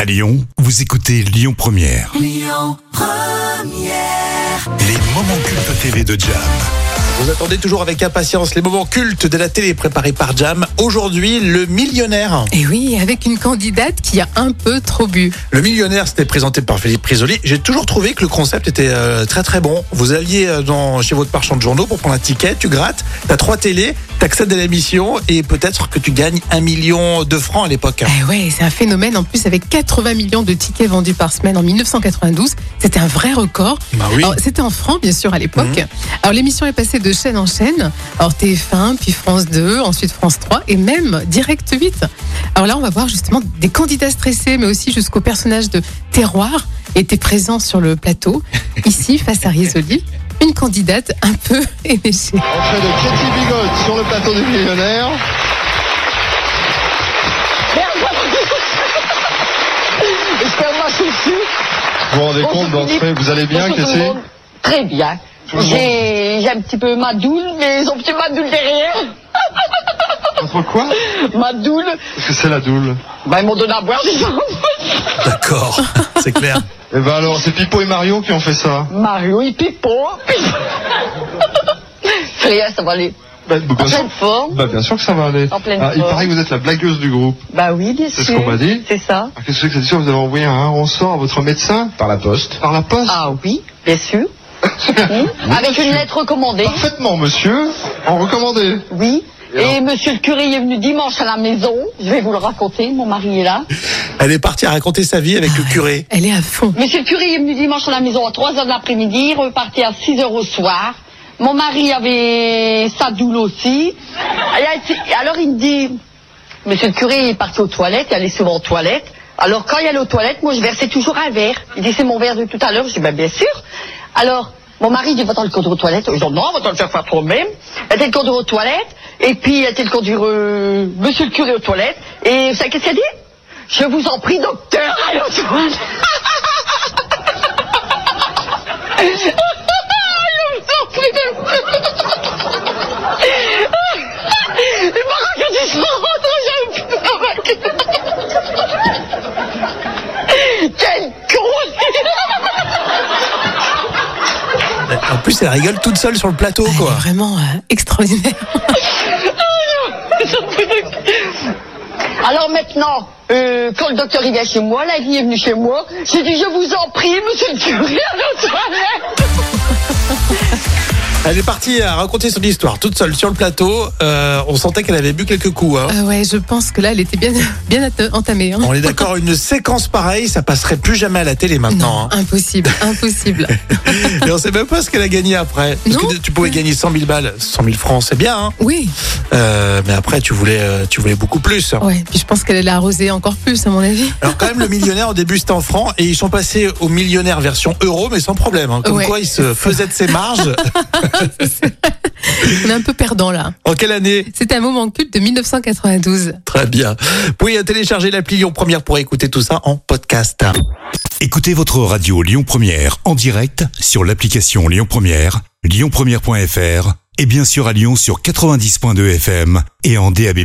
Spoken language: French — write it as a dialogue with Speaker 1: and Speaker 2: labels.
Speaker 1: À Lyon, vous écoutez Lyon Première. Les moments cultes TV de Jam.
Speaker 2: Vous attendez toujours avec impatience les moments cultes de la télé préparés par Jam. Aujourd'hui, le millionnaire.
Speaker 3: Et Eh oui, avec une candidate qui a un peu trop bu.
Speaker 2: Le millionnaire, c'était présenté par Philippe Prisoli. J'ai toujours trouvé que le concept était euh, très très bon. Vous alliez euh, dans, chez votre marchand de journaux pour prendre un ticket, tu grattes, t'as trois télés, t'accèdes à l'émission et peut-être que tu gagnes un million de francs à l'époque.
Speaker 3: Eh ouais, c'est un phénomène. En plus, avec 80 millions de tickets vendus par semaine en 1992, c'était un vrai record.
Speaker 2: Bah oui.
Speaker 3: Alors, c'était en francs, bien sûr, à l'époque. Alors, l'émission est passée de chaîne en chaîne. Alors, TF1, puis France 2, ensuite France 3 et même Direct 8. Alors là, on va voir justement des candidats stressés, mais aussi jusqu'au personnage de Terroir était présent sur le plateau, ici, face à Rizzoli. Une candidate un peu éméchée.
Speaker 4: Entrée de Katie Bigotte sur le plateau du millionnaire.
Speaker 5: Espère-moi, je suis
Speaker 4: Vous vous rendez
Speaker 5: Bonjour,
Speaker 4: compte d'entrée
Speaker 5: Philippe.
Speaker 4: Vous allez bien,
Speaker 5: Bonjour tout
Speaker 4: Katie
Speaker 5: le monde. Très bien.
Speaker 4: le monde.
Speaker 5: J'ai j'ai un petit peu ma doule, mais son petit ma doule derrière.
Speaker 4: Entre quoi
Speaker 5: Ma doule.
Speaker 4: Qu'est-ce que c'est la doule
Speaker 5: Bah, ils m'ont donné à boire, j'ai dit.
Speaker 2: D'accord, c'est clair.
Speaker 4: Eh ben alors, c'est Pipo et Mario qui ont fait ça.
Speaker 5: Mario, il pipo. Fléa, ça va aller.
Speaker 4: Bah, bah,
Speaker 5: En
Speaker 4: bien, sûr,
Speaker 5: pleine forme.
Speaker 4: bah, bien sûr que ça va aller.
Speaker 5: En pleine
Speaker 4: Ah, il
Speaker 5: forme.
Speaker 4: paraît que vous êtes la blagueuse du groupe.
Speaker 5: Bah oui, bien
Speaker 4: C'est
Speaker 5: sûr.
Speaker 4: ce qu'on m'a dit.
Speaker 5: C'est ça.
Speaker 4: Ah, Qu'est-ce que c'est que cette histoire Vous avez envoyé un ressort à votre médecin Par la poste. Par la poste
Speaker 5: Ah oui, bien sûr. Hmm, Avec une lettre recommandée.
Speaker 4: Parfaitement, monsieur. En recommandé.
Speaker 5: Oui.
Speaker 4: Et
Speaker 5: Et monsieur le curé est venu dimanche à la maison. Je vais vous le raconter, mon mari est là.
Speaker 2: Elle est partie à raconter sa vie avec le curé.
Speaker 3: Elle est à fond.
Speaker 5: Monsieur le curé est venu dimanche à la maison à 3 heures de l'après-midi, reparti à 6 heures au soir. Mon mari avait sa doule aussi. Et a été- et alors il me dit, monsieur le curé est parti aux toilettes, il allait souvent aux toilettes. Alors quand il allait aux toilettes, moi je versais toujours un verre. Il dit, c'est mon verre de tout à l'heure. Je dis, ben, bien sûr. Alors, mon mari dit, va-t'en le conduire aux toilettes. Je dis, non, va-t'en le faire faire toi-même. Elle était le conduire aux toilettes. Et puis, elle était le conduire, euh, monsieur le curé aux toilettes. Et vous savez qu'est-ce qu'elle dit Je vous en prie, docteur, allez aux toilettes. Les parents que tu se rentres, j'ai eu peur. Quel con
Speaker 2: En plus, elle rigole toute seule sur le plateau,
Speaker 3: Elle est
Speaker 2: quoi.
Speaker 3: vraiment euh, extraordinaire.
Speaker 5: Alors maintenant, euh, quand le docteur il vient chez moi, la vie est venue chez moi, j'ai dit je vous en prie, monsieur le curé, allez aux toilettes.
Speaker 2: Elle est partie à raconter son histoire toute seule sur le plateau. Euh, on sentait qu'elle avait bu quelques coups. hein.
Speaker 3: Ah ouais, je pense que là, elle était bien, bien atte- entamée. hein.
Speaker 2: On est d'accord, une séquence pareille, ça passerait plus jamais à la télé maintenant.
Speaker 3: Non, impossible, impossible.
Speaker 2: hein. Et on sait même pas ce qu'elle a gagné après. Parce que
Speaker 3: Non.
Speaker 2: tu pouvais gagner 100 000 balles, 100 000 francs, c'est bien. hein.
Speaker 3: Oui,
Speaker 2: Euh, mais après, tu voulais, euh, tu voulais beaucoup plus.
Speaker 3: ouais. Puis je pense qu'elle l'a arrosée encore plus, à mon avis.
Speaker 2: Alors quand même, le millionnaire au début c'était en francs et ils sont passés au millionnaire version euro, mais sans problème. hein. Comme
Speaker 3: Ouais.
Speaker 2: quoi, il se faisait de ses marges.
Speaker 3: On est un peu perdant là.
Speaker 2: en quelle année
Speaker 3: C'était un moment culte de 1992.
Speaker 2: Très bien. Vous pouvez télécharger l'appli Lyon Première pour écouter tout ça en podcast.
Speaker 1: Écoutez votre radio Lyon Première en direct sur l'application Lyon Première, lyonpremière.fr et bien sûr à Lyon sur 90.2 FM et en DAB+.